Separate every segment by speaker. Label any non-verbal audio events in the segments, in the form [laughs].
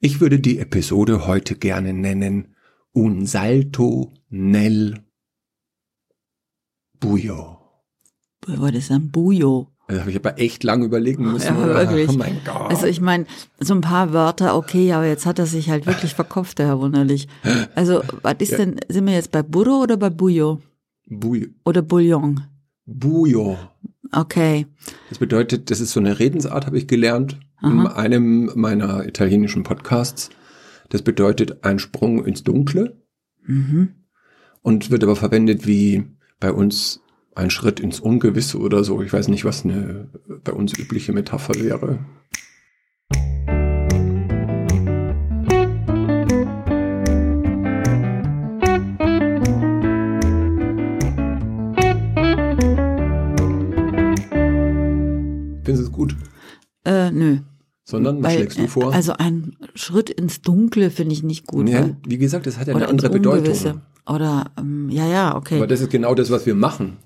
Speaker 1: Ich würde die Episode heute gerne nennen Un salto nel buio.
Speaker 2: War das ein Bujo?
Speaker 1: Das habe ich aber echt lange überlegen müssen.
Speaker 2: Ja,
Speaker 1: oder?
Speaker 2: wirklich.
Speaker 1: Oh mein Gott.
Speaker 2: Also ich meine, so ein paar Wörter, okay, aber jetzt hat er sich halt wirklich verkopft, der Herr Wunderlich. Also, was ist
Speaker 1: Ja.
Speaker 2: denn, sind wir jetzt bei Burro oder bei Bujo?
Speaker 1: Buio.
Speaker 2: Oder Bouillon?
Speaker 1: Buio.
Speaker 2: Okay.
Speaker 1: Das bedeutet, das ist so eine Redensart, habe ich gelernt, in einem meiner italienischen Podcasts. Das bedeutet ein Sprung ins Dunkle
Speaker 2: Mhm.
Speaker 1: und wird aber verwendet wie bei uns ein Schritt ins Ungewisse oder so. Ich weiß nicht, was eine bei uns übliche Metapher wäre. Findest du es gut?
Speaker 2: Äh, nö.
Speaker 1: Sondern, was
Speaker 2: Weil,
Speaker 1: schlägst du vor?
Speaker 2: Also ein Schritt ins Dunkle finde ich nicht gut.
Speaker 1: ja,
Speaker 2: weil-
Speaker 1: wie gesagt, das hat ja eine
Speaker 2: oder
Speaker 1: andere
Speaker 2: ins
Speaker 1: Bedeutung.
Speaker 2: Ungewisse. Oder, ähm, ja, ja,
Speaker 1: Aber
Speaker 2: okay.
Speaker 1: das ist genau das, was wir machen.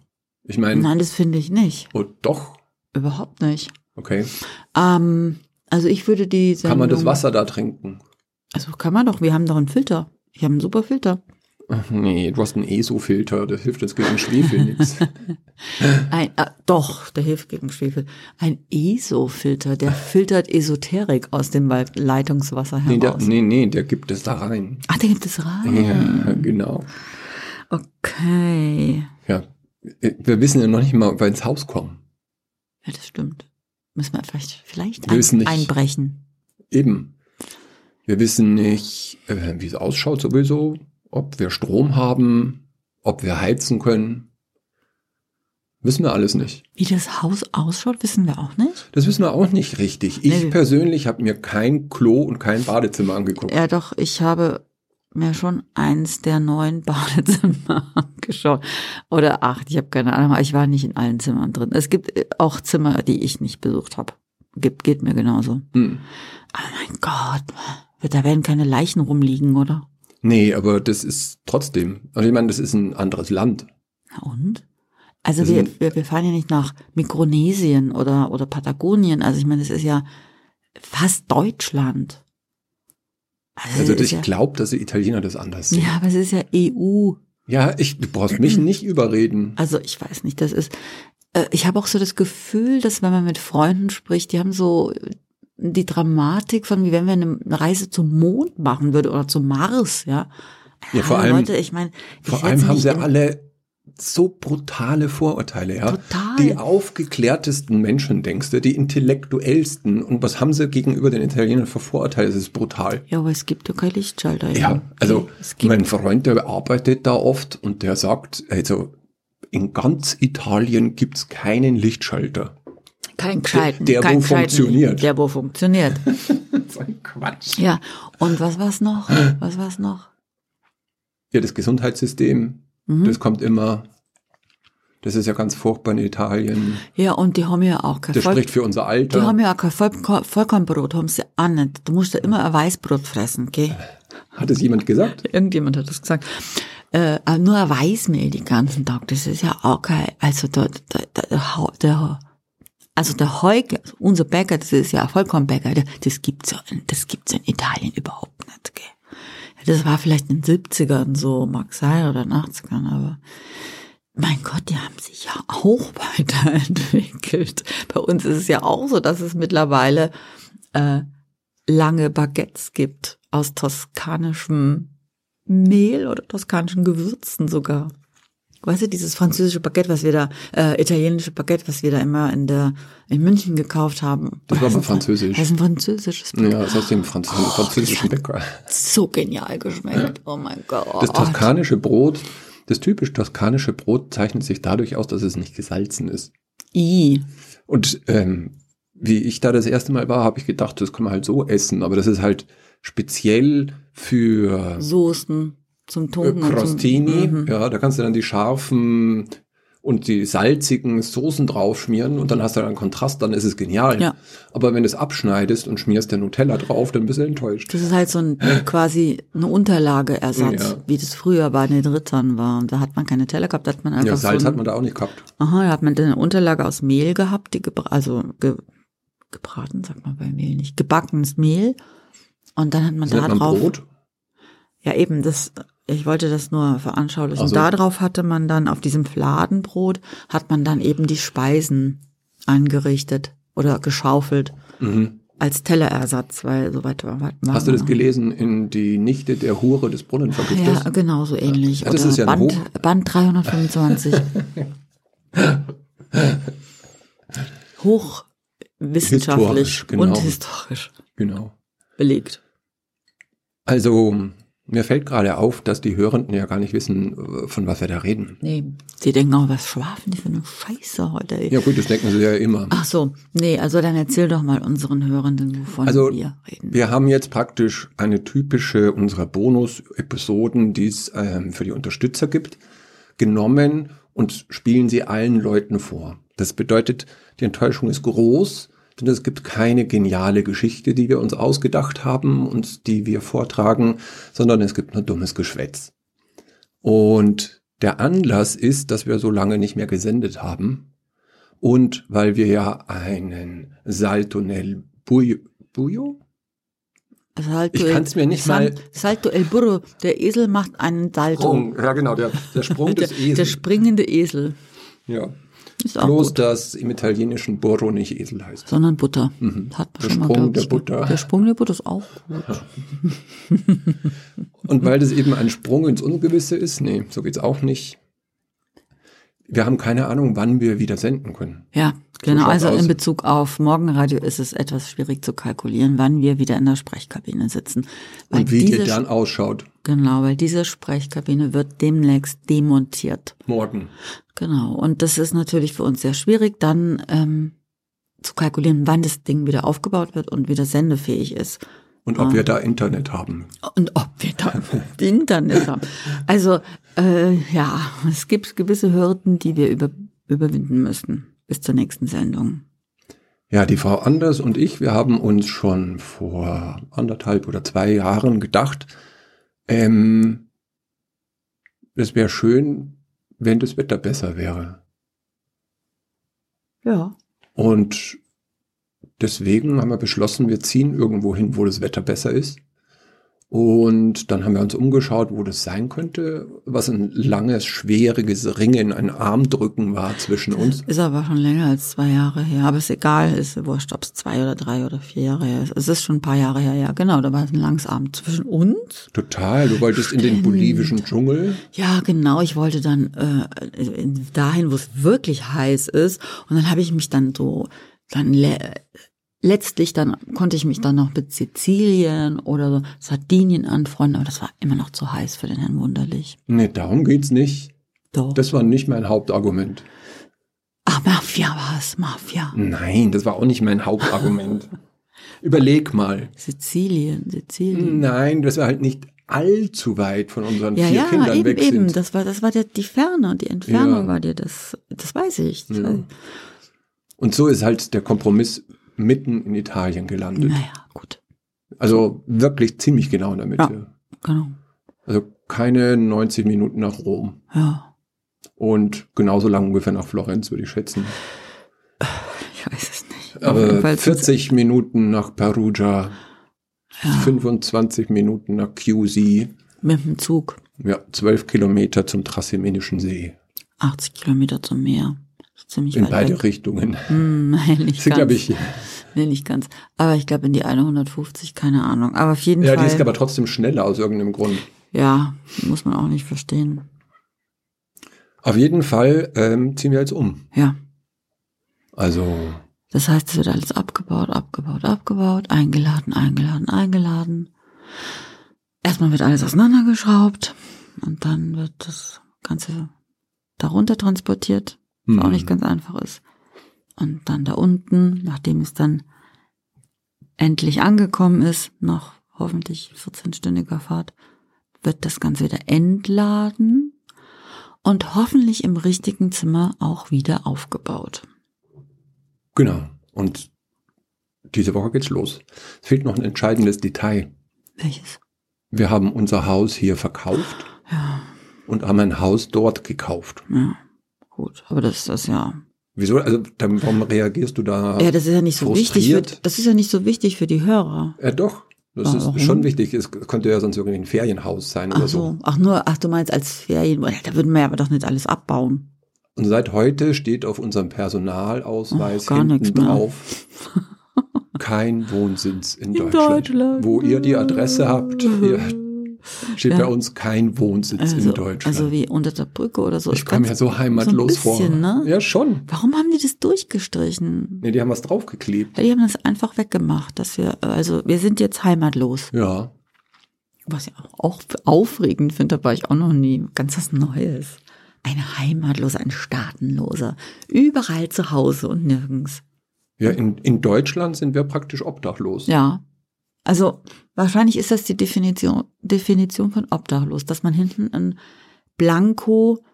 Speaker 1: Ich meine,
Speaker 2: Nein, das finde ich nicht.
Speaker 1: oh doch,
Speaker 2: Überhaupt nicht.
Speaker 1: okay.
Speaker 2: Ähm, also ich würde die Sendung,
Speaker 1: Kann man das Wasser da trinken?
Speaker 2: Also kann man doch, wir haben doch einen Filter. Ich habe einen super Filter.
Speaker 1: Ach nee, du hast einen ESO-Filter, das hilft jetzt gegen Schwefel nichts.
Speaker 2: [laughs] Ein, äh, doch, der hilft gegen Schwefel. Ein ESO-Filter, der filtert Esoterik aus dem Wald- Leitungswasser
Speaker 1: Nee, der,
Speaker 2: heraus.
Speaker 1: nee, nee, der gibt es da rein.
Speaker 2: Ach, der gibt es rein.
Speaker 1: Ja, genau.
Speaker 2: Okay.
Speaker 1: Ja. Wir wissen ja noch nicht mal, ob wir ins Haus kommen.
Speaker 2: Ja, das stimmt. Müssen wir vielleicht, vielleicht
Speaker 1: Wir wissen
Speaker 2: ein,
Speaker 1: nicht.
Speaker 2: einbrechen.
Speaker 1: Eben. Wir wissen nicht, äh, wie es ausschaut sowieso, ob wir Strom haben, ob wir heizen können. Wissen wir alles nicht.
Speaker 2: Wie das Haus ausschaut, wissen wir auch nicht.
Speaker 1: Das wissen wir auch nicht richtig. Ich
Speaker 2: Nee.
Speaker 1: persönlich habe mir kein Klo und kein Badezimmer angeguckt.
Speaker 2: Ja, doch, ich habe mir schon eins der [laughs] neun Badezimmer angeschaut. Oder acht, ich habe keine Ahnung, aber ich war nicht in allen Zimmern drin. Es gibt äh, auch Zimmer, die ich nicht besucht habe. Gibt, geht mir genauso.
Speaker 1: Hm.
Speaker 2: Aber mein Gott, wird- da werden keine Leichen rumliegen, oder?
Speaker 1: Nee, aber das ist trotzdem. Also ich meine, das ist ein anderes Land.
Speaker 2: Na und? Also
Speaker 1: Das
Speaker 2: wir,
Speaker 1: sind-
Speaker 2: wir, wir fahren ja nicht nach Mikronesien oder, oder Patagonien. Also ich meine, das ist ja fast Deutschland.
Speaker 1: Also
Speaker 2: das Äh, ist
Speaker 1: ich
Speaker 2: ja,
Speaker 1: glaube, dass die Italiener das anders sehen.
Speaker 2: ja, aber es ist ja E EU.
Speaker 1: Ja, ich, du brauchst mich nicht überreden.
Speaker 2: Also ich weiß nicht, das ist. äh, Ich habe auch so das Gefühl, dass wenn man mit Freunden spricht, die haben so äh, die Dramatik von, wie wenn wir eine Reise zum Mond machen würde oder zum Mars, ja.
Speaker 1: Ja, vor
Speaker 2: Hallo,
Speaker 1: allem-
Speaker 2: Leute, ich meine, ich
Speaker 1: Vor
Speaker 2: setz
Speaker 1: allem haben
Speaker 2: mich
Speaker 1: sie
Speaker 2: in-
Speaker 1: alle so brutale Vorurteile, ja.
Speaker 2: Total.
Speaker 1: Die aufgeklärtesten Menschen, denkst du, die intellektuellsten. Und was haben sie gegenüber den Italienern für Vorurteile? Das ist brutal.
Speaker 2: Ja, aber es gibt ja keine Lichtschalter.
Speaker 1: Ja, also
Speaker 2: Es gibt
Speaker 1: mein Freund, der arbeitet da oft und der sagt, also in ganz Italien gibt's keinen Lichtschalter.
Speaker 2: keinen gescheiten.
Speaker 1: der, wo
Speaker 2: keinen gescheiten-
Speaker 1: funktioniert.
Speaker 2: Der, wo funktioniert.
Speaker 1: So ein Quatsch.
Speaker 2: ja, und was war's noch? Was war's noch?
Speaker 1: Ja, das Gesundheitssystem,
Speaker 2: Mhm.
Speaker 1: das kommt immer. Das ist ja ganz furchtbar in Italien.
Speaker 2: Ja, und die haben ja auch kein
Speaker 1: Das
Speaker 2: Voll-
Speaker 1: spricht für unser Alter.
Speaker 2: Die haben ja auch kein Voll Vollkornbrot, haben sie auch nicht. Du musst ja immer ein Weißbrot
Speaker 1: [laughs]
Speaker 2: fressen, okay?
Speaker 1: Hat es jemand gesagt?
Speaker 2: Irgendjemand hat das gesagt. Äh, aber nur ein Weißmehl den ganzen Tag, das ist ja auch geil. Also der, der, der, der, Hau- der also der Heug, unser Bäcker, das ist ja ein Vollkornbäcker, der- das gibt's ja, in- das gibt's in Italien überhaupt nicht, gell. Das war vielleicht in den 70ern so, mag sein, oder in den 80ern, aber mein Gott, die haben sich ja auch [laughs] weiterentwickelt. Bei uns ist es ja auch so, dass es mittlerweile äh, lange Baguettes gibt aus toskanischem Mehl oder toskanischen Gewürzen sogar. Weißt du, dieses französische Baguette, was wir da, äh, italienische Baguette, was wir da immer in der in München gekauft haben.
Speaker 1: Das war aber
Speaker 2: ist ein-
Speaker 1: französisch.
Speaker 2: Das ist ein französisches Baguette.
Speaker 1: Ja, das aus dem Franz
Speaker 2: Oh,
Speaker 1: französischen Bäcker.
Speaker 2: So genial geschmeckt. Oh mein Gott.
Speaker 1: Das toskanische Brot, das typisch toskanische Brot zeichnet sich dadurch aus, dass es nicht gesalzen ist.
Speaker 2: I.
Speaker 1: Und ähm, wie ich da das erste Mal war, habe ich gedacht, das kann man halt so essen, aber das ist halt speziell für
Speaker 2: Soßen zum
Speaker 1: äh,
Speaker 2: Tunken. und
Speaker 1: Crostini.
Speaker 2: Zum, mhm.
Speaker 1: Ja, da kannst du dann die scharfen und die salzigen Soßen draufschmieren und dann hast du dann einen Kontrast, dann ist es genial.
Speaker 2: Ja.
Speaker 1: Aber wenn du es abschneidest und schmierst der Nutella drauf, dann bist du enttäuscht.
Speaker 2: Das ist halt so ein quasi eine Unterlageersatz,
Speaker 1: Ja.
Speaker 2: wie das früher bei den Rittern war. Und da hat man keine Teller gehabt, da hat man einfach
Speaker 1: Ja, Salz
Speaker 2: so
Speaker 1: hat
Speaker 2: ein,
Speaker 1: man da auch nicht gehabt.
Speaker 2: Aha, da hat man dann eine Unterlage aus Mehl gehabt, die gebra also ge gebraten, sagt man bei Mehl nicht, gebackenes Mehl Und dann hat man
Speaker 1: Das nennt
Speaker 2: da
Speaker 1: man
Speaker 2: drauf.
Speaker 1: Brot.
Speaker 2: Ja, eben, das, ich wollte das nur veranschaulichen.
Speaker 1: Also-
Speaker 2: Darauf hatte man dann, auf diesem Fladenbrot, hat man dann eben die Speisen angerichtet oder geschaufelt
Speaker 1: Mhm.
Speaker 2: als Tellerersatz, weil soweit war. war
Speaker 1: Hast du das
Speaker 2: man-
Speaker 1: gelesen in Die Nichte der Hure des Brunnenvergiftes?
Speaker 2: Ja, genau so ähnlich.
Speaker 1: Ja, das
Speaker 2: oder
Speaker 1: ist ja ein
Speaker 2: Band,
Speaker 1: Hoch. [laughs]
Speaker 2: Band 325. Hochwissenschaftlich
Speaker 1: Historisch, genau.
Speaker 2: und historisch
Speaker 1: Genau.
Speaker 2: belegt.
Speaker 1: Also, mir fällt gerade auf, dass die Hörenden ja gar nicht wissen, äh, von was wir da reden.
Speaker 2: Nee, die denken auch, was schwafen die für eine Scheiße heute. Ey.
Speaker 1: Ja gut, das denken sie ja immer.
Speaker 2: Ach so, nee, also dann erzähl doch mal unseren Hörenden, wovon
Speaker 1: Also,
Speaker 2: wir reden.
Speaker 1: Wir haben jetzt praktisch eine typische unserer Bonus-Episoden, die es ähm, für die Unterstützer gibt, genommen und spielen sie allen Leuten vor. Das bedeutet, die Enttäuschung ist groß, denn es gibt keine geniale Geschichte, die wir uns ausgedacht haben und die wir vortragen, sondern es gibt nur dummes Geschwätz. Und der Anlass ist, dass wir so lange nicht mehr gesendet haben, und weil wir ja einen Saltonel Buio, Buio?
Speaker 2: Salto
Speaker 1: ich kann's mir nicht
Speaker 2: halt
Speaker 1: mal-
Speaker 2: Salto el Burro, der Esel macht einen Salto.
Speaker 1: ja genau, der, der
Speaker 2: [laughs]
Speaker 1: Sprung
Speaker 2: Der,
Speaker 1: des Esels.
Speaker 2: der springende Esel.
Speaker 1: ja.
Speaker 2: Ist auch
Speaker 1: Bloß,
Speaker 2: gut.
Speaker 1: dass im italienischen Burro nicht Esel heißt.
Speaker 2: Sondern Butter. Hat man
Speaker 1: Mhm. Der
Speaker 2: schon mal
Speaker 1: Sprung
Speaker 2: glaub
Speaker 1: der
Speaker 2: ich,
Speaker 1: Butter.
Speaker 2: Der Sprung der Butter ist auch gut.
Speaker 1: Und weil das eben ein Sprung ins Ungewisse ist, nee, so geht's auch nicht. Wir haben keine Ahnung, wann wir wieder senden können.
Speaker 2: Ja, genau.
Speaker 1: schaut's
Speaker 2: also
Speaker 1: aus.
Speaker 2: in Bezug auf Morgenradio ist es etwas schwierig zu kalkulieren, wann wir wieder in der Sprechkabine sitzen. Weil
Speaker 1: Und wie
Speaker 2: diese,
Speaker 1: ihr dann ausschaut.
Speaker 2: genau, weil diese Sprechkabine wird demnächst demontiert.
Speaker 1: Morgen.
Speaker 2: Genau. Und das ist natürlich für uns sehr schwierig, dann ähm, zu kalkulieren, wann das Ding wieder aufgebaut wird und wieder sendefähig ist.
Speaker 1: Und
Speaker 2: Ah.
Speaker 1: ob wir da Internet haben.
Speaker 2: Und ob wir da überhaupt Internet haben. Also, äh, ja, es gibt gewisse Hürden, die wir über, überwinden müssen bis zur nächsten Sendung.
Speaker 1: Ja, die Frau Anders und ich, wir haben uns schon vor anderthalb oder zwei Jahren gedacht, ähm, es wäre schön, wenn das Wetter besser wäre.
Speaker 2: Ja.
Speaker 1: Und deswegen haben wir beschlossen, wir ziehen irgendwo hin, wo das Wetter besser ist. Und dann haben wir uns umgeschaut, wo das sein könnte, was ein langes, schwieriges Ringen, ein Armdrücken war zwischen uns.
Speaker 2: Ist aber schon länger als zwei Jahre her. Aber ist egal, ist wurscht, ob es zwei oder drei oder vier Jahre her ist. Es ist schon ein paar Jahre her, ja, genau. Da war es ein langes Abend zwischen uns.
Speaker 1: Total, du wolltest in den
Speaker 2: Stimmt.
Speaker 1: bolivischen Dschungel.
Speaker 2: Ja, genau. Ich wollte dann äh, in- dahin, wo es wirklich heiß ist. Und dann habe ich mich dann so, dann le letztlich dann konnte ich mich dann noch mit Sizilien oder so Sardinien anfreunden, aber das war immer noch zu heiß für den Herrn Wunderlich.
Speaker 1: Nee, darum geht's nicht.
Speaker 2: Doch.
Speaker 1: Das war nicht mein Hauptargument.
Speaker 2: Ach, Mafia war es, Mafia.
Speaker 1: Nein, das war auch nicht mein Hauptargument.
Speaker 2: [laughs]
Speaker 1: Überleg mal.
Speaker 2: Sizilien, Sizilien.
Speaker 1: Nein, dass wir halt nicht allzu weit von unseren
Speaker 2: Hm. Ja,
Speaker 1: vier
Speaker 2: ja,
Speaker 1: Kindern
Speaker 2: eben,
Speaker 1: weg
Speaker 2: eben.
Speaker 1: sind.
Speaker 2: Das war, das war der, die Ferne, die Entfernung
Speaker 1: Ja.
Speaker 2: war dir das. Das weiß ich. Das weiß
Speaker 1: ja.
Speaker 2: ich.
Speaker 1: Und so ist halt der Kompromiss mitten in Italien gelandet.
Speaker 2: Naja, gut.
Speaker 1: Also wirklich ziemlich genau in der Mitte.
Speaker 2: Genau.
Speaker 1: Also keine 90 Minuten nach Rom.
Speaker 2: Ja.
Speaker 1: Und genauso lang ungefähr nach Florenz, würde ich schätzen.
Speaker 2: Ich weiß es nicht. Auf jeden
Speaker 1: Aber
Speaker 2: Fall sind's-
Speaker 1: 40 Minuten nach Perugia, 25 Minuten nach Chiusi,
Speaker 2: Mit dem Zug.
Speaker 1: ja, 12 Kilometer zum Trasimenischen See.
Speaker 2: 80 Kilometer zum Meer. Das ist Ziemlich
Speaker 1: In
Speaker 2: weit
Speaker 1: beide
Speaker 2: weg.
Speaker 1: Richtungen.
Speaker 2: Hm, [laughs] nein, nicht
Speaker 1: Sind,
Speaker 2: ganz.
Speaker 1: glaube ich, ja,
Speaker 2: Nee, nicht ganz. Aber ich glaube in die eine 150, keine Ahnung. Aber auf jeden
Speaker 1: die
Speaker 2: Fall.
Speaker 1: ist aber trotzdem schneller aus irgendeinem Grund.
Speaker 2: ja, muss man auch nicht verstehen.
Speaker 1: Auf jeden Fall ähm, ziehen wir jetzt um.
Speaker 2: Ja.
Speaker 1: Also,
Speaker 2: Das heißt, es wird alles abgebaut, abgebaut, abgebaut, eingeladen, eingeladen, eingeladen. Erstmal wird alles auseinandergeschraubt und dann wird das Ganze darunter transportiert, was auch
Speaker 1: Mhm.
Speaker 2: nicht ganz einfach ist. Und dann da unten, nachdem es dann endlich angekommen ist, nach hoffentlich 14-stündiger Fahrt, wird das Ganze wieder entladen und hoffentlich im richtigen Zimmer auch wieder aufgebaut.
Speaker 1: genau. Und diese Woche geht's los. Es fehlt noch ein entscheidendes Detail.
Speaker 2: Welches?
Speaker 1: Wir haben unser Haus hier verkauft
Speaker 2: Ja.
Speaker 1: und haben ein Haus dort gekauft.
Speaker 2: Ja, gut, aber das ist das ja.
Speaker 1: Wieso? Also, dann, warum reagierst du da?
Speaker 2: Ja, das ist ja nicht so wichtig. Für,
Speaker 1: frustriert.
Speaker 2: das ist ja nicht so wichtig für die Hörer.
Speaker 1: Ja, Äh, doch. Das ist
Speaker 2: Ah, Warum?
Speaker 1: schon wichtig. Es könnte ja sonst irgendwie ein Ferienhaus sein oder
Speaker 2: Ach
Speaker 1: so.
Speaker 2: so, ach nur, ach du meinst als Ferien, da würden wir aber doch nicht alles abbauen.
Speaker 1: Und seit heute steht auf unserem Personalausweis
Speaker 2: Ach, gar
Speaker 1: hinten
Speaker 2: nichts mehr.
Speaker 1: drauf
Speaker 2: [laughs]
Speaker 1: kein Wohnsitz in,
Speaker 2: In
Speaker 1: Deutschland.
Speaker 2: Deutschland.
Speaker 1: Wo ihr die Adresse habt, hier
Speaker 2: [laughs]
Speaker 1: steht
Speaker 2: Ja.
Speaker 1: bei uns kein Wohnsitz in Deutschland.
Speaker 2: also wie unter der Brücke oder so.
Speaker 1: ich kam mir
Speaker 2: Ganz-
Speaker 1: so heimatlos
Speaker 2: so ein bisschen,
Speaker 1: vor.
Speaker 2: ne?
Speaker 1: Ja, schon.
Speaker 2: Warum haben die das durchgestrichen?
Speaker 1: Nee, die haben was draufgeklebt.
Speaker 2: Ja, die haben das einfach weggemacht, dass wir, also wir sind jetzt heimatlos.
Speaker 1: Ja.
Speaker 2: Was ich auch aufregend finde, da war ich auch noch nie. Ganz was Neues. Eine Heimatlose, ein Staatenloser. Überall zu Hause und nirgends.
Speaker 1: Ja, in, in Deutschland sind wir praktisch obdachlos.
Speaker 2: Ja. Also wahrscheinlich ist das die Definition, Definition von obdachlos, dass man hinten ein Blanko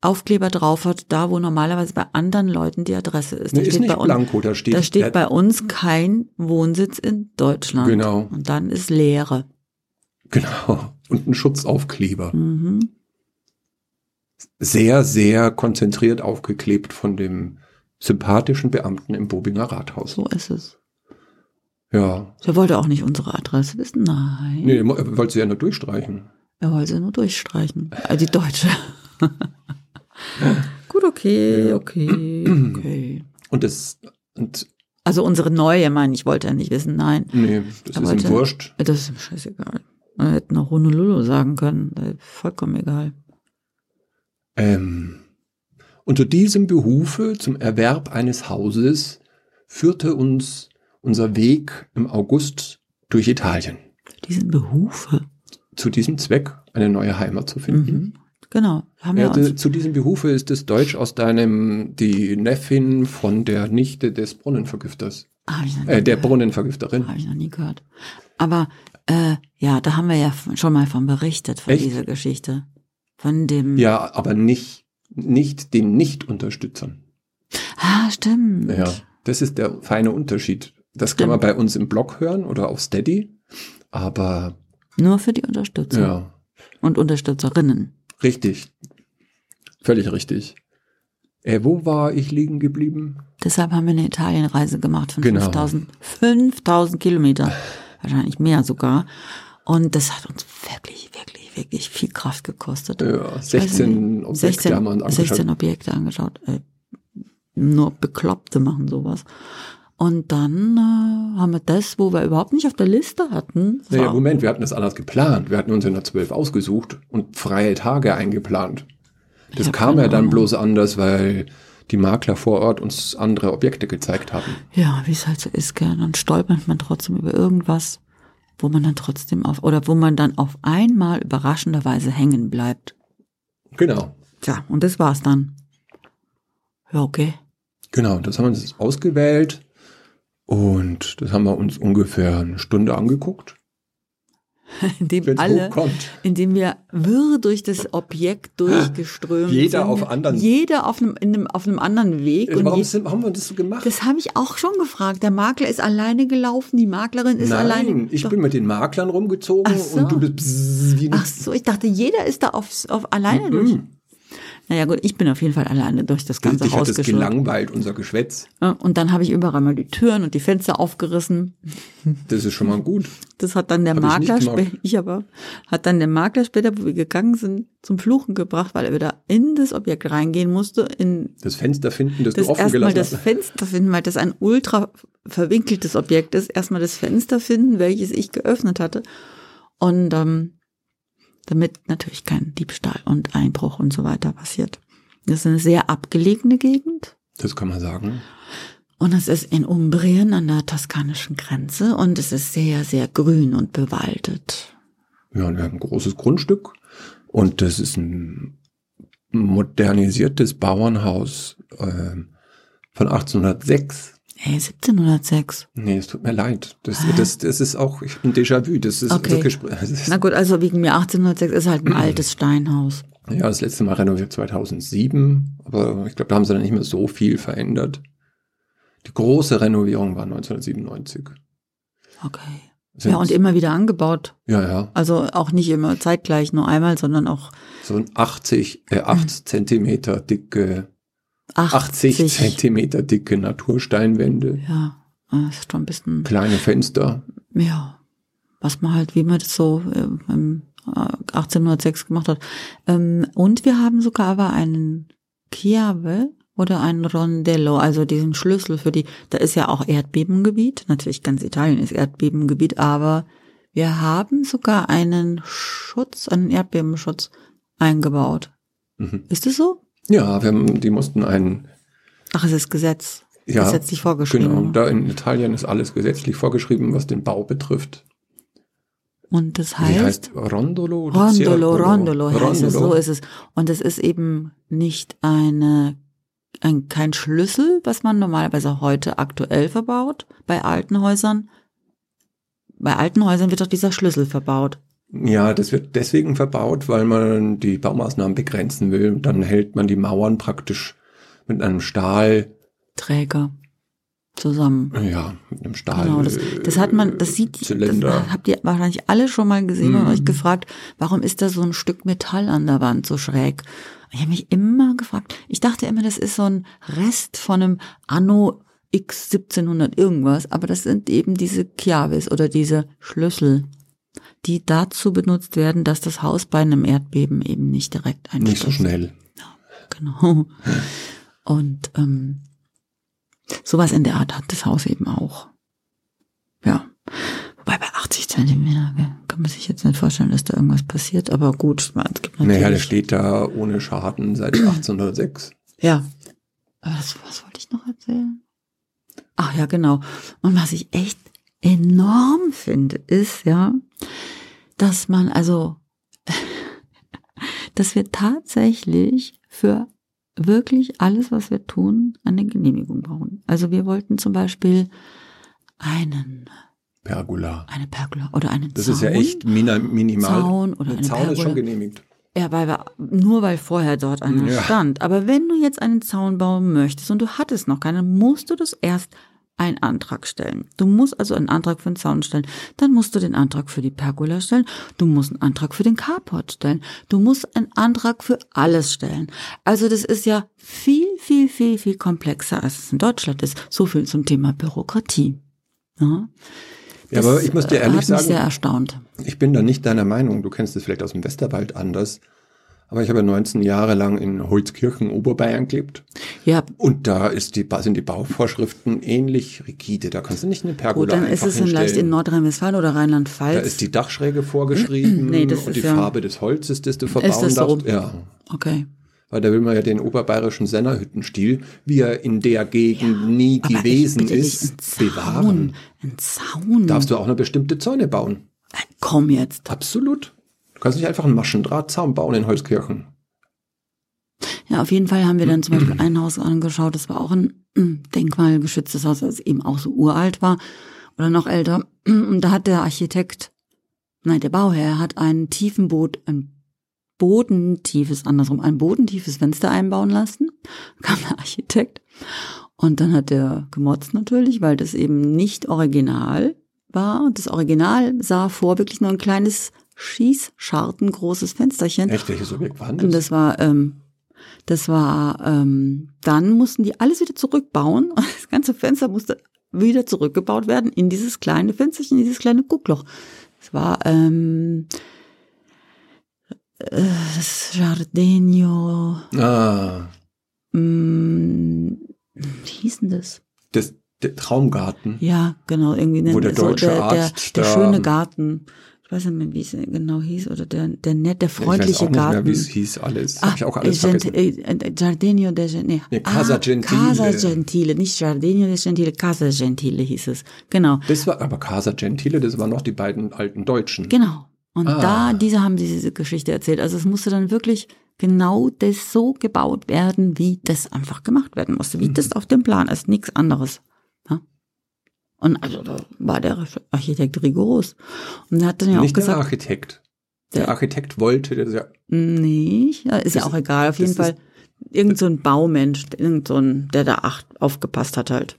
Speaker 2: Aufkleber drauf hat, da wo normalerweise bei anderen Leuten die Adresse ist.
Speaker 1: Nee,
Speaker 2: Da
Speaker 1: ist
Speaker 2: steht
Speaker 1: nicht
Speaker 2: bei uns,
Speaker 1: blanko, da steht,
Speaker 2: da
Speaker 1: der-
Speaker 2: steht bei ne? uns kein Wohnsitz in Deutschland.
Speaker 1: Genau.
Speaker 2: Und dann ist Leere.
Speaker 1: genau und ein Schutzaufkleber.
Speaker 2: Mhm.
Speaker 1: Sehr, sehr konzentriert aufgeklebt von dem sympathischen Beamten im Bobinger Rathaus.
Speaker 2: So ist es.
Speaker 1: Ja.
Speaker 2: Der wollte auch nicht unsere Adresse wissen. Nein.
Speaker 1: Nee, mo- er wollte sie ja nur durchstreichen.
Speaker 2: Er wollte sie nur durchstreichen. Äh,
Speaker 1: [laughs]
Speaker 2: die Deutsche. Gut, okay,
Speaker 1: Ja.
Speaker 2: okay, okay.
Speaker 1: Und das, und,
Speaker 2: Also unsere neue, meine ich, wollte er nicht wissen. Nein,
Speaker 1: nee, das
Speaker 2: Er
Speaker 1: ist
Speaker 2: wollte-
Speaker 1: ihm wurscht.
Speaker 2: das ist ihm scheißegal. Er hätte noch Honolulu sagen können. Äh, Vollkommen egal.
Speaker 1: Ähm, unter diesem Behufe zum Erwerb eines Hauses führte uns unser Weg im August durch Italien.
Speaker 2: Für diesen Behufe.
Speaker 1: Zu diesem Zweck eine neue Heimat zu finden.
Speaker 2: Mhm. Genau, haben wir
Speaker 1: Ja,
Speaker 2: uns.
Speaker 1: zu, zu diesem Behufe ist das Deutsch aus deinem, die Neffin von der Nichte des Brunnenvergifters,
Speaker 2: Ah, Hab ich noch nie
Speaker 1: äh, der
Speaker 2: gehört.
Speaker 1: Brunnenvergifterin.
Speaker 2: Habe ich noch nie gehört. Aber äh, ja, da haben wir ja f- schon mal von berichtet, von
Speaker 1: Echt?
Speaker 2: dieser Geschichte. Von dem.
Speaker 1: Ja, aber nicht, nicht den Nicht-Unterstützern.
Speaker 2: Ah, stimmt.
Speaker 1: Ja, das ist der feine Unterschied. Das kann
Speaker 2: Stimmt.
Speaker 1: man bei uns im Blog hören oder auf Steady, aber
Speaker 2: Nur für die Unterstützer
Speaker 1: ja,
Speaker 2: und Unterstützerinnen.
Speaker 1: richtig. Völlig richtig. Äh, wo war ich liegen geblieben?
Speaker 2: Deshalb haben wir eine Italienreise gemacht von
Speaker 1: Genau.
Speaker 2: 5000, 5000 Kilometern. Wahrscheinlich mehr sogar. Und das hat uns wirklich, wirklich, wirklich viel Kraft gekostet.
Speaker 1: Ja,
Speaker 2: Ich weiß
Speaker 1: 16
Speaker 2: nicht,
Speaker 1: Objekte um haben wir uns angeschaut.
Speaker 2: 16 Objekte angeschaut. Äh, nur Bekloppte machen sowas. Und dann äh, haben wir das, wo wir überhaupt nicht auf der Liste hatten. Das
Speaker 1: Naja,
Speaker 2: war-
Speaker 1: Moment, wir hatten das anders geplant. Wir hatten uns ja nur zwölf ausgesucht und freie Tage eingeplant. Das
Speaker 2: hab
Speaker 1: kam
Speaker 2: keine
Speaker 1: ja dann
Speaker 2: Ahnung.
Speaker 1: bloß anders, weil die Makler vor Ort uns andere Objekte gezeigt haben.
Speaker 2: Ja, wie es halt so ist, gell? Dann stolpert man trotzdem über irgendwas, wo man dann trotzdem auf, oder wo man dann auf einmal überraschenderweise hängen bleibt.
Speaker 1: Genau.
Speaker 2: Tja, und das war's dann. Ja, okay. [laughs]
Speaker 1: Genau, das haben wir uns ausgewählt und das haben wir uns ungefähr eine Stunde angeguckt.
Speaker 2: Indem
Speaker 1: Wenn
Speaker 2: alle,
Speaker 1: es hochkommt.
Speaker 2: indem wir wirr durch
Speaker 1: [gasps]
Speaker 2: das Objekt durchgeströmt
Speaker 1: Jeder
Speaker 2: sind.
Speaker 1: auf anderen- Also
Speaker 2: Jeder auf einem, in einem, auf einem anderen Weg. Und
Speaker 1: Warum
Speaker 2: je,
Speaker 1: sind, haben wir das so gemacht?
Speaker 2: das habe ich auch schon gefragt. Der Makler ist alleine gelaufen, die Maklerin ist
Speaker 1: Nein,
Speaker 2: alleine.
Speaker 1: ich bin mit den Maklern rumgezogen
Speaker 2: Ach so.
Speaker 1: und du bist bzzz wie
Speaker 2: Ach so, ich dachte, jeder ist da auf, auf alleine
Speaker 1: Mhm.
Speaker 2: durch. Naja gut, ich bin auf jeden Fall alleine durch das ganze
Speaker 1: Dich hat
Speaker 2: Haus
Speaker 1: das
Speaker 2: geschwirrt.
Speaker 1: gelangweilt, unser Geschwätz.
Speaker 2: Ja, Und dann habe ich überall mal die Türen und die Fenster aufgerissen.
Speaker 1: Das ist schon mal gut.
Speaker 2: Das hat dann der
Speaker 1: Hab ich
Speaker 2: Makler
Speaker 1: nicht gemacht.
Speaker 2: später, [laughs] ich aber, hat dann der Makler später, wo wir gegangen sind, zum Fluchen gebracht, weil er wieder in das Objekt reingehen musste, in
Speaker 1: Das Fenster finden, das,
Speaker 2: das
Speaker 1: du offen
Speaker 2: erstmal
Speaker 1: gelassen
Speaker 2: das
Speaker 1: hast.
Speaker 2: Fenster finden, weil das ein ultra verwinkeltes Objekt ist, erstmal das Fenster finden, welches ich geöffnet hatte. Und ähm, damit natürlich kein Diebstahl und Einbruch und so weiter passiert. Das ist eine sehr abgelegene Gegend.
Speaker 1: Das kann man sagen.
Speaker 2: Und es ist in Umbrien an der toskanischen Grenze und es ist sehr, sehr grün und bewaldet.
Speaker 1: Ja, und wir haben ein großes Grundstück und das ist ein modernisiertes Bauernhaus ähm, von 1806.
Speaker 2: Hey, 1706.
Speaker 1: Nee, es tut mir leid. Das, das, das ist auch, ich bin Déjà-vu. Das ist
Speaker 2: Ah. Okay.
Speaker 1: wirklich, [laughs] das ist,
Speaker 2: Na gut, also wegen mir 1806 ist halt ein altes Steinhaus.
Speaker 1: ja, das letzte Mal renoviert 2007, aber ich glaube, da haben sie dann nicht mehr so viel verändert. Die große Renovierung war 1997.
Speaker 2: Okay.
Speaker 1: Sind-
Speaker 2: Ja, und immer wieder angebaut.
Speaker 1: ja, ja,
Speaker 2: Also auch nicht immer zeitgleich, nur einmal, sondern auch
Speaker 1: so ein 80, äh,
Speaker 2: Mhm.
Speaker 1: 8 Zentimeter dicke
Speaker 2: 80.
Speaker 1: 80 Zentimeter dicke Natursteinwände.
Speaker 2: Ja, Das ist schon ein bisschen,
Speaker 1: Kleine Fenster.
Speaker 2: ja, was man halt, wie man das so äh, im, äh, 1806 gemacht hat. Ähm, und wir haben sogar aber einen Chiave oder einen Rondello, also diesen Schlüssel für die, da ist ja auch Erdbebengebiet, natürlich ganz Italien ist Erdbebengebiet, aber wir haben sogar einen Schutz, einen Erdbebenschutz eingebaut.
Speaker 1: Mhm.
Speaker 2: Ist es so?
Speaker 1: Ja, wir haben, die mussten einen.
Speaker 2: Ach, es ist Gesetz.
Speaker 1: Ja,
Speaker 2: Gesetzlich vorgeschrieben.
Speaker 1: Genau, da in Italien ist alles gesetzlich vorgeschrieben, was den Bau betrift.
Speaker 2: Und das
Speaker 1: Wie
Speaker 2: heißt?
Speaker 1: heißt Rondolo? oder
Speaker 2: Rondolo,
Speaker 1: Circolo?
Speaker 2: Rondolo heißt es, so
Speaker 1: Rondolo.
Speaker 2: ist es. Und es ist eben nicht eine, ein, kein Schlüssel, was man normalerweise heute aktuell verbaut, bei alten Häusern. Bei alten Häusern wird doch dieser Schlüssel verbaut.
Speaker 1: Ja, das wird deswegen verbaut, weil man die Baumaßnahmen begrenzen will. Dann hält man die Mauern praktisch mit einem Stahl,
Speaker 2: Träger. Zusammen.
Speaker 1: ja, mit einem Stahl.
Speaker 2: Genau, das, das hat man, das
Speaker 1: äh,
Speaker 2: sieht,
Speaker 1: Zylinder.
Speaker 2: das habt ihr wahrscheinlich alle schon mal gesehen und
Speaker 1: Mhm.
Speaker 2: euch gefragt, warum ist da so ein Stück Metall an der Wand so schräg? Ich habe mich immer gefragt, ich dachte immer, das ist so ein Rest von einem Anno X 1700 irgendwas, aber das sind eben diese Chiaves oder diese Schlüssel, die dazu benutzt werden, dass das Haus bei einem Erdbeben eben nicht direkt einstürzt.
Speaker 1: Nicht so schnell.
Speaker 2: Genau. Und ähm, sowas in der Art hat das Haus eben auch. Ja. Wobei bei 80 Zentimeter gell, kann man sich jetzt nicht vorstellen, dass da irgendwas passiert. Aber gut, ich meine, es gibt natürlich.
Speaker 1: Naja, der steht da ohne Schaden
Speaker 2: [clears throat]
Speaker 1: seit 1806.
Speaker 2: ja. Aber das, was wollte ich noch erzählen? Ach ja, genau. Und was ich echt enorm finde, ist ja, dass man also, [laughs] dass wir tatsächlich für wirklich alles, was wir tun, eine Genehmigung brauchen. Also wir wollten zum Beispiel einen,
Speaker 1: Pergola.
Speaker 2: eine Pergola oder einen
Speaker 1: Das
Speaker 2: Zaun.
Speaker 1: ist ja echt mina, minimal.
Speaker 2: Zaun oder
Speaker 1: Der
Speaker 2: eine
Speaker 1: Zaun ist
Speaker 2: Pergola.
Speaker 1: schon genehmigt.
Speaker 2: Ja, weil wir, nur weil vorher dort einer
Speaker 1: Ja.
Speaker 2: stand. Aber wenn du jetzt einen Zaun bauen möchtest und du hattest noch keinen, musst du das erst einen Antrag stellen. Du musst also einen Antrag für einen Zaun stellen. Dann musst du den Antrag für die Pergola stellen. Du musst einen Antrag für den Carport stellen. Du musst einen Antrag für alles stellen. Also das ist ja viel, viel, viel, viel komplexer, als es in Deutschland ist. So viel zum Thema Bürokratie. Ja,
Speaker 1: Ja,
Speaker 2: das,
Speaker 1: aber ich muss dir
Speaker 2: äh,
Speaker 1: ehrlich
Speaker 2: hat mich sehr
Speaker 1: sagen,
Speaker 2: erstaunt.
Speaker 1: ich bin da nicht deiner Meinung. Du kennst es vielleicht aus dem Westerwald anders. Aber ich habe ja 19 Jahre lang in Holzkirchen, Oberbayern gelebt.
Speaker 2: Ja,
Speaker 1: Und da ist die, sind die Bauvorschriften ähnlich rigide. Da kannst du nicht eine Pergola
Speaker 2: Gut, dann ist
Speaker 1: einfach
Speaker 2: es vielleicht in
Speaker 1: hinstellen.
Speaker 2: Nordrhein-Westfalen oder
Speaker 1: Da
Speaker 2: Rheinland-Pfalz.
Speaker 1: ist die Dachschräge vorgeschrieben
Speaker 2: Nee, das
Speaker 1: und
Speaker 2: ist
Speaker 1: die
Speaker 2: ja-
Speaker 1: Farbe des Holzes, das du verbauen
Speaker 2: das so?
Speaker 1: darfst. Ja,
Speaker 2: okay.
Speaker 1: weil da will man ja den oberbayerischen Sennerhüttenstil, wie er in der Gegend nie
Speaker 2: Aber ich
Speaker 1: gewesen
Speaker 2: bitte dich,
Speaker 1: ist,
Speaker 2: ein
Speaker 1: bewahren.
Speaker 2: Zaun, ein Zaun.
Speaker 1: Darfst du auch nur bestimmte Zäune bauen?
Speaker 2: Komm jetzt.
Speaker 1: Absolut. Du kannst nicht einfach einen Maschendrahtzaun bauen in Holzkirchen.
Speaker 2: Ja, auf jeden Fall haben wir dann zum Beispiel ein Haus angeschaut, das war auch ein mm, denkmalgeschütztes Haus, das eben auch so uralt war oder noch älter. Und da hat der Architekt, nein, der Bauherr hat einen tiefen Boot, ein bodentiefes, andersrum, ein bodentiefes Fenster einbauen lassen. [laughs] Kam der Architekt. Und dann hat er gemotzt natürlich, weil das eben nicht original war. Und das Original sah vor wirklich nur ein kleines Schießscharten großes Fensterchen.
Speaker 1: Echt, welches Objekt war denn
Speaker 2: Und
Speaker 1: das?
Speaker 2: das war, ähm, das war, ähm, dann mussten die alles wieder zurückbauen [laughs] und das ganze Fenster musste wieder zurückgebaut werden in dieses kleine Fensterchen, in dieses kleine Guckloch. Es war, ähm, äh, das Jardinio,
Speaker 1: Ah,
Speaker 2: mh, wie hieß denn das?
Speaker 1: das, der Traumgarten.
Speaker 2: Ja, genau, irgendwie
Speaker 1: Wo
Speaker 2: nennt-
Speaker 1: der deutsche
Speaker 2: der,
Speaker 1: Arzt
Speaker 2: der, der
Speaker 1: da-
Speaker 2: schöne Garten. Ich weiß nicht mehr, wie es genau hieß, oder der, der nett, der freundliche
Speaker 1: ich weiß auch nicht
Speaker 2: Garten.
Speaker 1: mehr, wie es hieß alles. Hab ich auch alles
Speaker 2: äh, Gent-
Speaker 1: vergessen.
Speaker 2: äh, äh, Giardino de Gen nee. Ah,
Speaker 1: Nee, Casa Gentile.
Speaker 2: Casa Gentile, nicht Giardino de Gentile, Casa Gentile hieß es. Genau,
Speaker 1: Das war aber Casa Gentile, das waren noch die beiden alten Deutschen.
Speaker 2: genau. Und
Speaker 1: Ah.
Speaker 2: da, diese haben diese Geschichte erzählt. Also es musste dann wirklich genau das so gebaut werden, wie das einfach gemacht werden musste, wie
Speaker 1: Mhm.
Speaker 2: das auf dem Plan ist, nichts anderes. Ja? Und also da war der Architekt rigoros. Und er hat dann ja
Speaker 1: Nicht
Speaker 2: auch Genau, gesagt,
Speaker 1: der Architekt. Der
Speaker 2: Der-
Speaker 1: Architekt wollte, das ja,
Speaker 2: Nicht, ja, ist ja
Speaker 1: Das-
Speaker 2: auch egal. Auf jeden
Speaker 1: das
Speaker 2: Fall
Speaker 1: ist-
Speaker 2: irgend so ein Baumensch, irgend so ein, der da acht aufgepasst hat halt.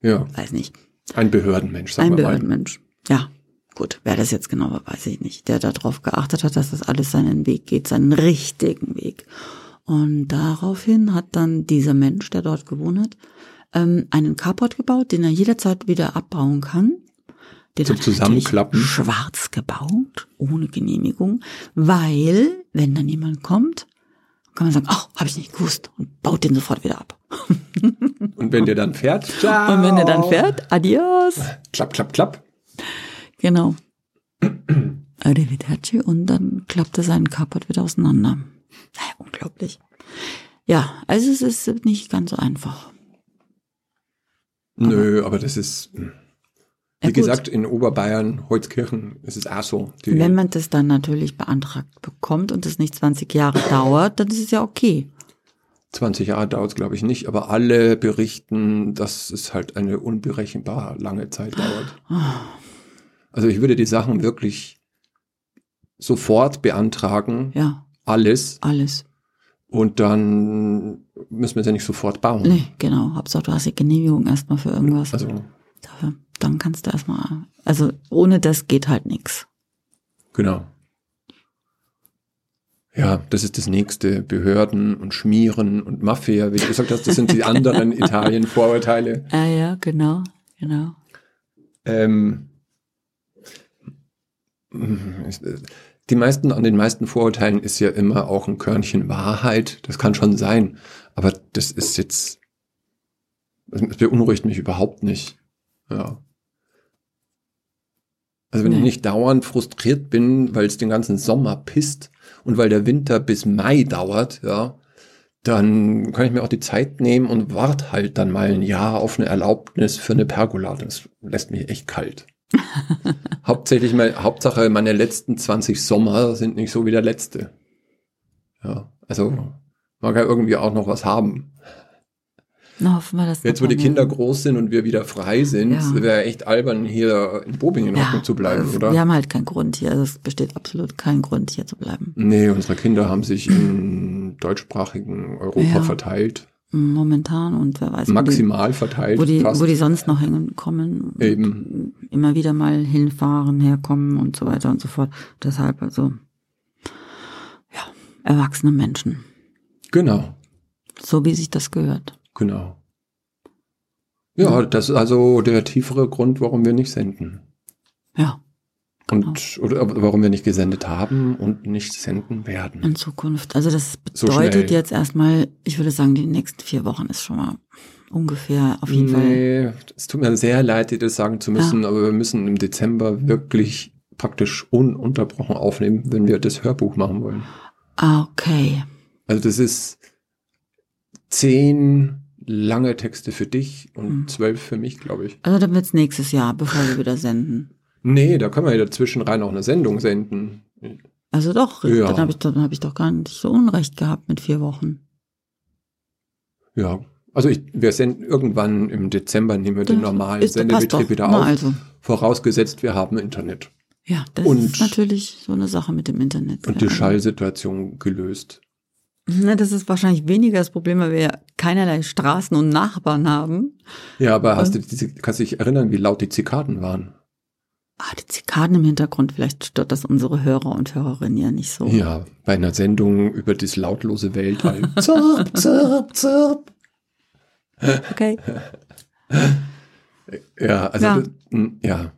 Speaker 1: ja,
Speaker 2: Weiß nicht.
Speaker 1: ein Behördenmensch, sagen
Speaker 2: ein
Speaker 1: wir mal.
Speaker 2: Behördenmensch. Ja, gut. Wer das jetzt genau war, weiß ich nicht. Der darauf geachtet hat, dass das alles seinen Weg geht, seinen richtigen Weg. Und daraufhin hat dann dieser Mensch, der dort gewohnt hat, ähm, einen Carport gebaut, den er jederzeit wieder abbauen kann. Den
Speaker 1: Zum
Speaker 2: hat er natürlich
Speaker 1: Zusammenklappen.
Speaker 2: Schwarz gebaut, ohne Genehmigung, weil, wenn dann jemand kommt, kann man sagen, ach, habe ich nicht gewusst und baut den sofort wieder ab.
Speaker 1: Und wenn der dann fährt, ciao.
Speaker 2: [laughs] Und wenn er dann fährt, adios.
Speaker 1: Klapp, klapp, klapp.
Speaker 2: Genau. Arrivederci und dann klappt er seinen Carport wieder auseinander. Naja, unglaublich. Ja, also es ist nicht ganz so einfach.
Speaker 1: Nö, aber das ist, hm. wie
Speaker 2: Ja, gut.
Speaker 1: gesagt, in Oberbayern, Holzkirchen, es ist auch so. Die,
Speaker 2: Wenn man das dann natürlich beantragt bekommt und es nicht 20 Jahre dauert, dann ist es ja okay.
Speaker 1: 20 Jahre dauert es, glaube ich, nicht, aber alle berichten, dass es halt eine unberechenbar lange Zeit dauert. Also ich würde die Sachen wirklich sofort beantragen,
Speaker 2: Ja,
Speaker 1: alles,
Speaker 2: alles.
Speaker 1: und dann müssen wir es ja nicht sofort bauen.
Speaker 2: Nee, genau. Hauptsache, du hast die Genehmigung erstmal für irgendwas.
Speaker 1: Also,
Speaker 2: Dafür, dann kannst du erstmal. Also ohne das geht halt nichts.
Speaker 1: genau. Ja, das ist das nächste. Behörden und Schmieren und Mafia, wie du gesagt hast, das sind die anderen Italien-Vorurteile.
Speaker 2: Ja, ja, genau, genau.
Speaker 1: Ähm, äh, die meisten, an den meisten Vorurteilen ist ja immer auch ein Körnchen Wahrheit. Das kann schon sein. Aber das ist jetzt, das beunruhigt mich überhaupt nicht. Ja. Also wenn
Speaker 2: Nee.
Speaker 1: ich nicht dauernd frustriert bin, weil es den ganzen Sommer pisst und weil der Winter bis Mai dauert, ja, dann kann ich mir auch die Zeit nehmen und warte halt dann mal ein Jahr auf eine Erlaubnis für eine Pergola. Das lässt mich echt kalt. Hauptsächlich mal, Hauptsache meine letzten 20 Sommer sind nicht so wie der letzte. Ja, also man kann irgendwie auch noch was haben.
Speaker 2: Na, hoffen wir, dass
Speaker 1: Jetzt, wo die
Speaker 2: davon-
Speaker 1: Kinder groß sind und wir wieder frei sind,
Speaker 2: Ja.
Speaker 1: wäre echt albern, hier in Bobingen hocken zu bleiben,
Speaker 2: äh,
Speaker 1: oder?
Speaker 2: Wir haben halt keinen Grund hier. Also es besteht absolut kein Grund hier zu bleiben.
Speaker 1: Nee, unsere Kinder haben sich im deutschsprachigen Europa
Speaker 2: Ja.
Speaker 1: verteilt.
Speaker 2: Mhm, Momentan und wer weiß, wo die-
Speaker 1: Maximal verteilt.
Speaker 2: wo die,
Speaker 1: fast.
Speaker 2: wo die sonst noch hinkommen.
Speaker 1: Eben.
Speaker 2: Immer wieder mal hinfahren, herkommen und so weiter und so fort. Deshalb also, ja, erwachsene Menschen.
Speaker 1: genau,
Speaker 2: So wie sich das gehört.
Speaker 1: genau. Ja, das ist also der tiefere Grund, warum wir nicht senden.
Speaker 2: Ja,
Speaker 1: Und,
Speaker 2: Genau.
Speaker 1: oder warum wir nicht gesendet haben und nicht senden werden.
Speaker 2: in Zukunft. Also das
Speaker 1: So
Speaker 2: bedeutet
Speaker 1: schnell.
Speaker 2: jetzt erstmal, ich würde sagen, die nächsten vier Wochen ist schon mal ungefähr auf jeden Fall.
Speaker 1: Nee, es tut mir sehr leid, dir das sagen zu müssen, aber wir müssen im Dezember wirklich praktisch ununterbrochen aufnehmen, wenn wir das Hörbuch machen wollen.
Speaker 2: Ah, okay.
Speaker 1: Also das ist zehn lange Texte für dich und
Speaker 2: Hm.
Speaker 1: zwölf für mich, glaube ich.
Speaker 2: Also dann wird's nächstes Jahr, bevor wir wieder senden.
Speaker 1: Nee, da können wir ja dazwischen rein auch eine Sendung senden.
Speaker 2: Also doch,
Speaker 1: Ja.
Speaker 2: dann habe ich, dann hab ich doch gar nicht so Unrecht gehabt mit vier Wochen.
Speaker 1: Ja. Also ich, wir senden irgendwann im Dezember nehmen wir den
Speaker 2: Das
Speaker 1: normalen
Speaker 2: ist- passt
Speaker 1: Sendebetrieb
Speaker 2: doch.
Speaker 1: wieder
Speaker 2: Na
Speaker 1: auf.
Speaker 2: also.
Speaker 1: Vorausgesetzt, wir haben Internet.
Speaker 2: Ja, das
Speaker 1: Und-
Speaker 2: ist natürlich so eine Sache mit dem Internet.
Speaker 1: und
Speaker 2: ja.
Speaker 1: die Schallsituation gelöst.
Speaker 2: Na, das ist wahrscheinlich weniger das Problem, weil wir ja keinerlei Straßen und Nachbarn haben.
Speaker 1: Ja, aber hast du diese, kannst du dich erinnern, wie laut die Zikaden waren?
Speaker 2: Ah, die Zikaden im Hintergrund, vielleicht stört das unsere Hörer und Hörerinnen ja nicht so.
Speaker 1: Ja, bei einer Sendung über das lautlose Weltall. [laughs] zirp, zirp, zirp.
Speaker 2: Okay.
Speaker 1: Ja, also
Speaker 2: Ja.
Speaker 1: Das, m, ja.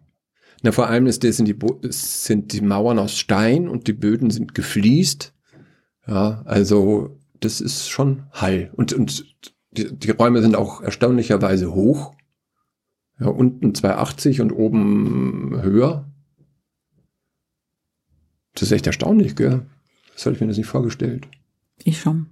Speaker 1: Na, vor allem ist, das sind, die, Bo- es sind die Mauern aus Stein und die Böden sind gefliest. Ja, also das ist schon Hall. Und, und die, die Räume sind auch erstaunlicherweise hoch. Ja, unten 280 und oben höher. Das ist echt erstaunlich, gell? Das hatte ich mir das nicht vorgestellt.
Speaker 2: Ich schon.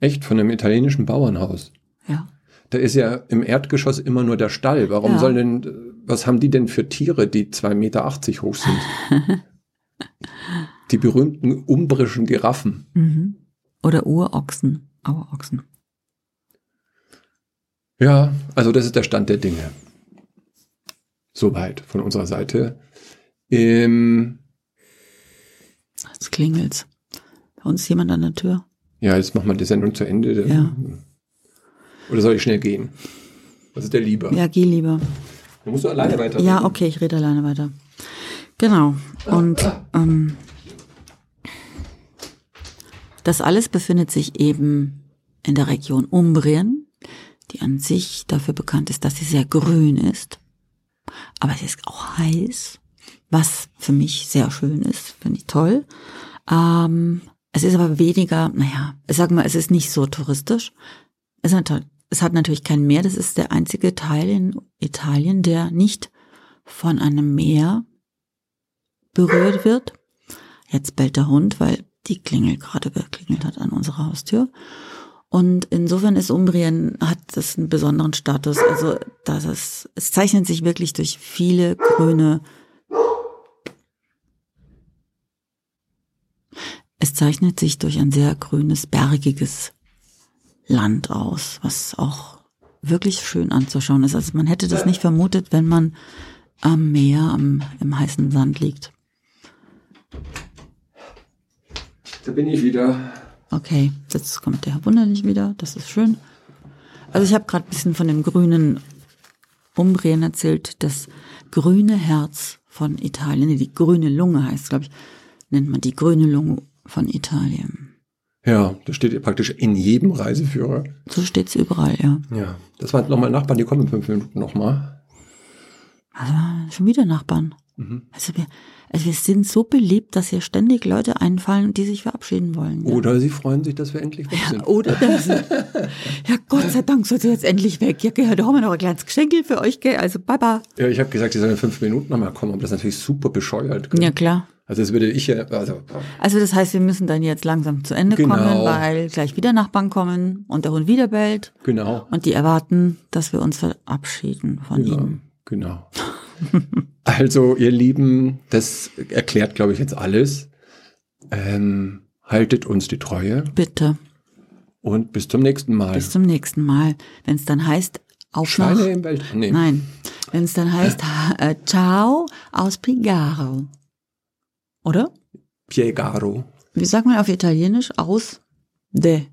Speaker 1: Echt von einem italienischen Bauernhaus.
Speaker 2: Ja.
Speaker 1: Da ist ja im Erdgeschoss immer nur der Stall. Warum
Speaker 2: Ja.
Speaker 1: sollen denn, was haben die denn für Tiere, die 2,80 Meter hoch sind?
Speaker 2: [laughs]
Speaker 1: die berühmten umbrischen Giraffen.
Speaker 2: Mhm. Oder Urochsen. Auerochsen.
Speaker 1: Ja, also das ist der Stand der Dinge. Soweit von unserer Seite. Ähm,
Speaker 2: Jetzt klingelt's. Bei uns ist jemand an der Tür.
Speaker 1: ja, jetzt machen wir die Sendung zu Ende.
Speaker 2: Ja.
Speaker 1: Oder soll ich schnell gehen? Was ist der lieber?
Speaker 2: Ja, geh lieber.
Speaker 1: Du musst du alleine weiter.
Speaker 2: Ja, okay, ich rede alleine weiter. Genau. Und ähm, das alles befindet sich eben in der Region Umbrien. die an sich dafür bekannt ist, dass sie sehr grün ist. Aber sie ist auch heiß, was für mich sehr schön ist, finde ich toll. Ähm, es ist aber weniger, naja, ich sag mal, es ist nicht so touristisch. Es, halt ist natürlich, es hat natürlich kein Meer, das ist der einzige Teil in Italien, der nicht von einem Meer berührt wird. Jetzt bellt der Hund, weil die Klingel gerade geklingelt hat an unserer Haustür. Und insofern ist Umbrien, hat das einen besonderen Status. Also, das ist, es zeichnet sich wirklich durch viele grüne, es zeichnet sich durch ein sehr grünes, bergiges Land aus, was auch wirklich schön anzuschauen ist. Also, man hätte das nicht vermutet, wenn man am Meer, am, im heißen Sand liegt.
Speaker 1: Da bin ich wieder.
Speaker 2: Okay, jetzt kommt der Herr Wunderlich wieder, das ist schön. Also ich habe gerade ein bisschen von dem grünen Umbrien erzählt, das grüne Herz von Italien, nee, die grüne Lunge heißt, glaube ich, nennt man die grüne Lunge von Italien.
Speaker 1: Ja, das steht praktisch in jedem Reiseführer.
Speaker 2: So steht's überall, ja.
Speaker 1: Ja, das waren nochmal Nachbarn, die kommen in fünf Minuten nochmal.
Speaker 2: Also schon wieder Nachbarn.
Speaker 1: Mhm.
Speaker 2: Also wir, also wir sind so beliebt, dass hier ständig Leute einfallen, die sich verabschieden wollen. Ja.
Speaker 1: Oder sie freuen sich, dass wir endlich weg sind.
Speaker 2: Ja, oder
Speaker 1: [laughs]
Speaker 2: das. ja, Gott sei Dank seid ihr jetzt endlich weg. Ja, gell, da haben wir noch ein kleines Geschenkel für euch, gell? Also Baba.
Speaker 1: Ja, ich habe gesagt, sie sollen in fünf Minuten nochmal kommen, aber das ist natürlich super bescheuert.
Speaker 2: Ja, klar.
Speaker 1: Also das würde ich ja, also
Speaker 2: Also das heißt, wir müssen dann jetzt langsam zu Ende
Speaker 1: Genau.
Speaker 2: kommen, weil gleich wieder Nachbarn kommen und der Hund wieder bellt
Speaker 1: genau.
Speaker 2: und die erwarten, dass wir uns verabschieden von
Speaker 1: Ja,
Speaker 2: ihnen.
Speaker 1: genau. [laughs] also, ihr Lieben, das erklärt, glaube ich, jetzt alles. Ähm, haltet uns die Treue
Speaker 2: Bitte.
Speaker 1: und bis zum nächsten Mal.
Speaker 2: Bis zum nächsten Mal, wenn es dann heißt, auf
Speaker 1: Schweine
Speaker 2: nach.
Speaker 1: im Wald. Nee.
Speaker 2: Nein, wenn es dann heißt, äh, ciao aus Pigaro. Oder?
Speaker 1: Piegaro.
Speaker 2: Wie sagt man auf Italienisch? Aus de,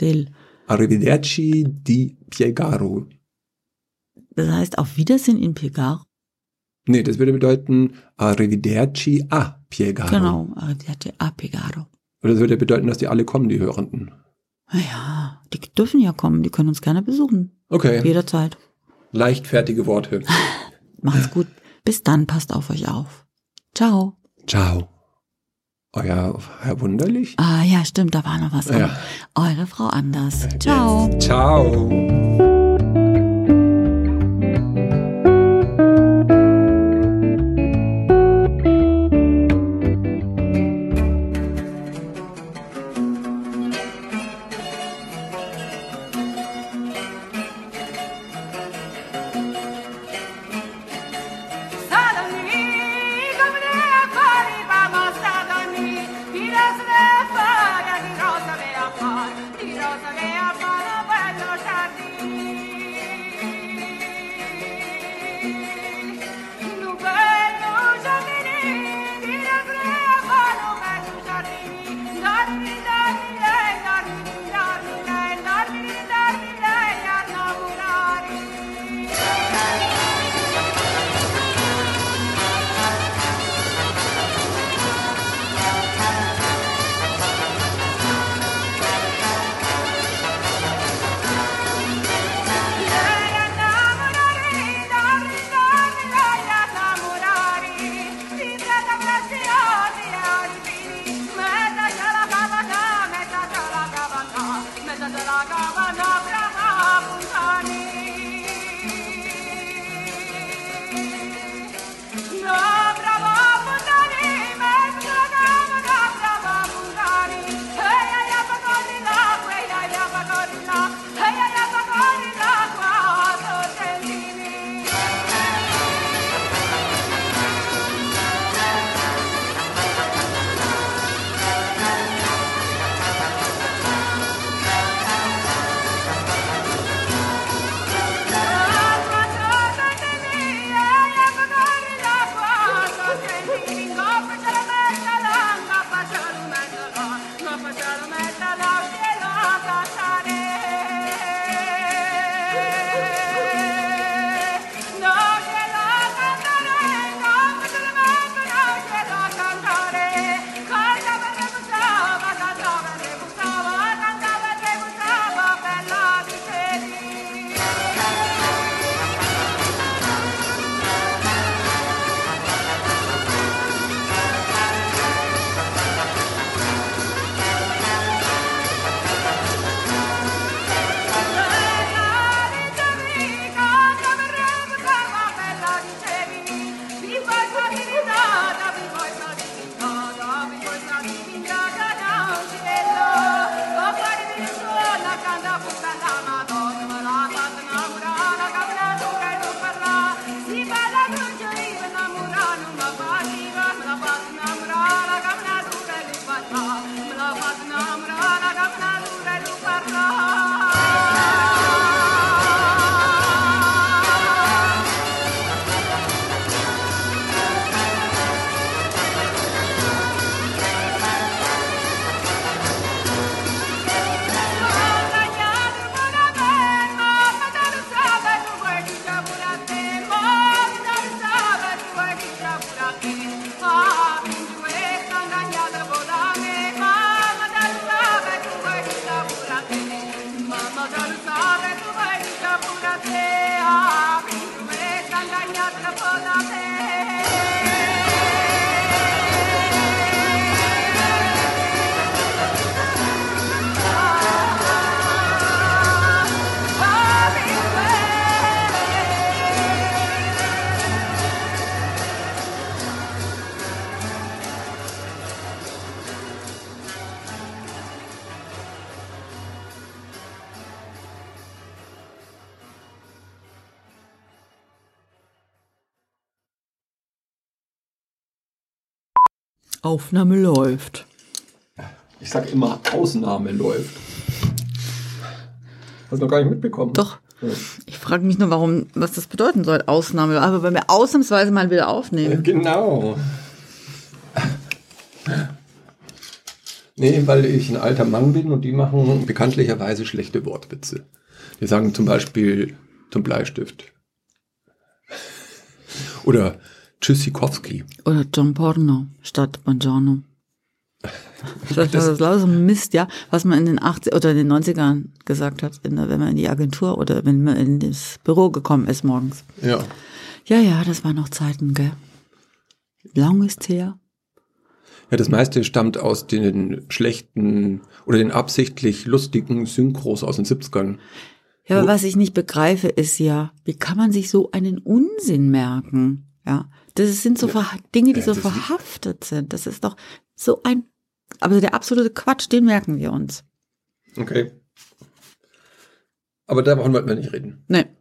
Speaker 2: del.
Speaker 1: Arrivederci di Piegaro.
Speaker 2: Das heißt, auf Wiedersehen in Pigaro.
Speaker 1: Nee, das würde bedeuten Arrivederci a Piegaro.
Speaker 2: Genau, arrivederci a Pigaro.
Speaker 1: Oder das würde bedeuten, dass die alle kommen, die Hörenden.
Speaker 2: Naja, die dürfen ja kommen, die können uns gerne besuchen.
Speaker 1: Okay,
Speaker 2: Jederzeit.
Speaker 1: leichtfertige Worte.
Speaker 2: Macht's gut. Bis dann, passt auf euch auf. Ciao.
Speaker 1: Ciao. Euer Herr Wunderlich.
Speaker 2: Ah ja, stimmt, da war noch was.
Speaker 1: Ja.
Speaker 2: Eure Frau Anders. Ciao.
Speaker 1: Ciao.
Speaker 3: Suddenly, govne pari baba suddenly, he doesn't ever get rosa ve apart, he rosa ve apart, but no shadi.
Speaker 2: Aufnahme läuft.
Speaker 1: Ich sag immer, Ausnahme läuft. Hast du noch gar nicht mitbekommen?
Speaker 2: Doch. Ich frage mich nur, warum, was das bedeuten soll, Ausnahme. Aber wenn wir ausnahmsweise mal wieder aufnehmen.
Speaker 1: Genau. Nee, weil ich ein alter Mann bin und die machen bekanntlicherweise schlechte Wortwitze. Die sagen zum Beispiel zum Bleistift. Oder Tschüssikowski.
Speaker 2: Oder John Porno statt Bongiorno. Das, das ist lauter Mist, ja, was man in den 80 oder in den 90ern gesagt hat, in, der- wenn man in die Agentur oder wenn man in das Büro gekommen ist morgens.
Speaker 1: Ja.
Speaker 2: Ja, ja, das waren noch Zeiten, gell. Lang ist her.
Speaker 1: Ja, das meiste stammt aus den schlechten oder den absichtlich lustigen Synchros aus den 70ern.
Speaker 2: Ja, aber was ich nicht begreife, ist ja, wie kann man sich so einen Unsinn merken? Ja, das sind so verha- Dinge, die
Speaker 1: Ja,
Speaker 2: so
Speaker 1: das-
Speaker 2: verhaftet sind. Das ist doch so ein, aber der absolute Quatsch, den merken wir uns.
Speaker 1: Okay. Aber davon wollten wir nicht reden.
Speaker 2: Nee.